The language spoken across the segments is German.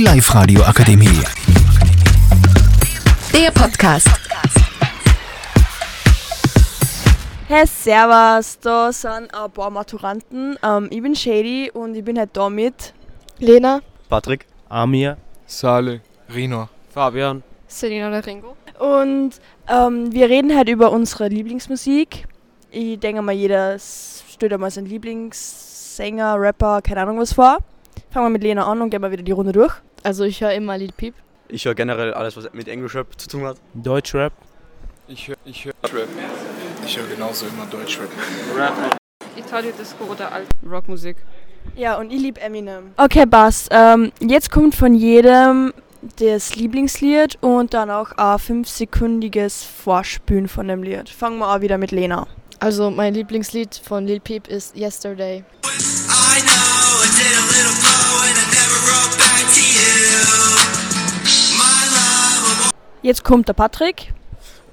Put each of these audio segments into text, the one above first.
Live Radio Akademie. Der Podcast. Hey, servus, da sind ein paar Maturanten. Ähm, ich bin Shady und ich bin heute da mit Lena. Patrick, Amir, Sale, Rino. Fabian. Selina oder Ringo. und ähm, wir reden heute über unsere Lieblingsmusik. Ich denke mal, jeder stellt einmal seinen Lieblingssänger, Rapper, keine Ahnung was vor. Fangen wir mit Lena an und gehen mal wieder die Runde durch. Also ich höre immer Lil Peep. Ich höre generell alles, was mit Englischrap zu tun hat. Deutschrap. Ich höre ich hör Rap. Ich höre genauso immer Deutschrap. Italien Disco oder Alt Rockmusik. Ja, und ich liebe Eminem. Okay, passt. Ähm, jetzt kommt von jedem das Lieblingslied und dann auch ein fünfsekündiges Vorspülen von dem Lied. Fangen wir auch wieder mit Lena. an. Also mein Lieblingslied von Lil Peep ist Yesterday. I know I did a little blow and I never wrote back to you. My love, I won't Jetzt kommt der Patrick.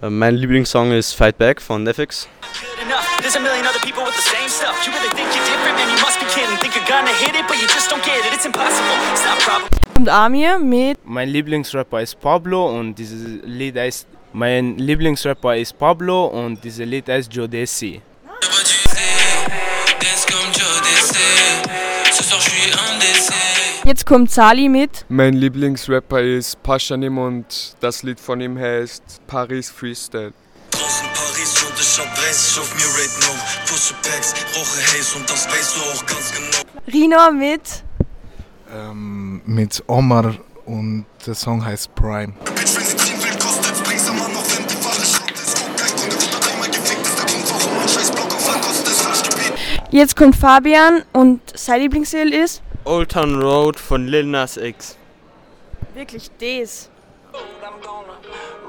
Äh, Mein Lieblingssong ist Fight Back von Netflix. good enough. There's a million other people with the same stuff. You really think you're different, man? You must be kidding. Think you're gonna hit it, but you just don't get it. It's impossible. It's not probable. Kommt Amir mit. Mein Lieblingsrapper ist Pablo und dieses Lied heißt. Mein Lieblingsrapper ist Pablo und dieses Lied heißt Jodeci. know what you say. Dance comme Joe Dessay. Ce soir, je suis un décès. Jetzt kommt Sali mit. Mein Lieblingsrapper ist Paschanim und das Lied von ihm heißt Paris Freestyle. Draußen Paris, schon der Shop weiß, schauf mir right now. Pushe Packs, rauche Haze und das weißt du auch ganz genau. Rina mit. Ähm, mit Omar und der Song heißt Prime. Bitch, wenn sie ziehen will, kostet's, bring's am Mann, auch wenn die Ware Schrott ist. Guck, kein Kunde wird auf einmal gefickt, ist der Grund, warum ein scheiß Block auf Ankost ist. Arschgebiet. Jetzt kommt Fabian und sein Lieblingslied ist. Old Town Road von Lil Nas X. Wirklich das. I'm gonna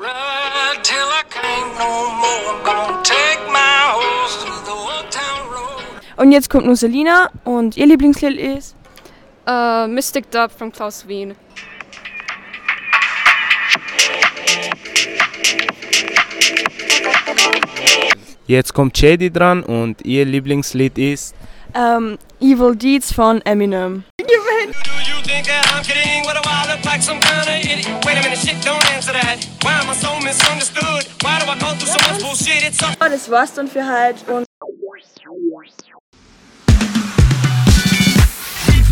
ride till I can't no more. I'm gonna take my horse to the old town road. Und jetzt kommt nur Selina und ihr Lieblingslied ist. Äh, Mystic Dub von Klaus Wien. Jetzt kommt Shady dran und ihr Lieblingslied ist. Ähm, Evil Deeds von Eminem. Do you think that I'm kidding? What do I look like? Some kind of idiot? Wait a minute, shit, don't answer that. Why am I so misunderstood? Why do I go through so much bullshit? It's so Ja, das war's dann für heute und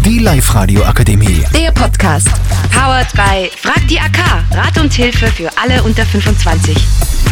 Die Live Radio Akademie. Der Podcast. Powered by Frag die AK. Rat und Hilfe für alle unter 25.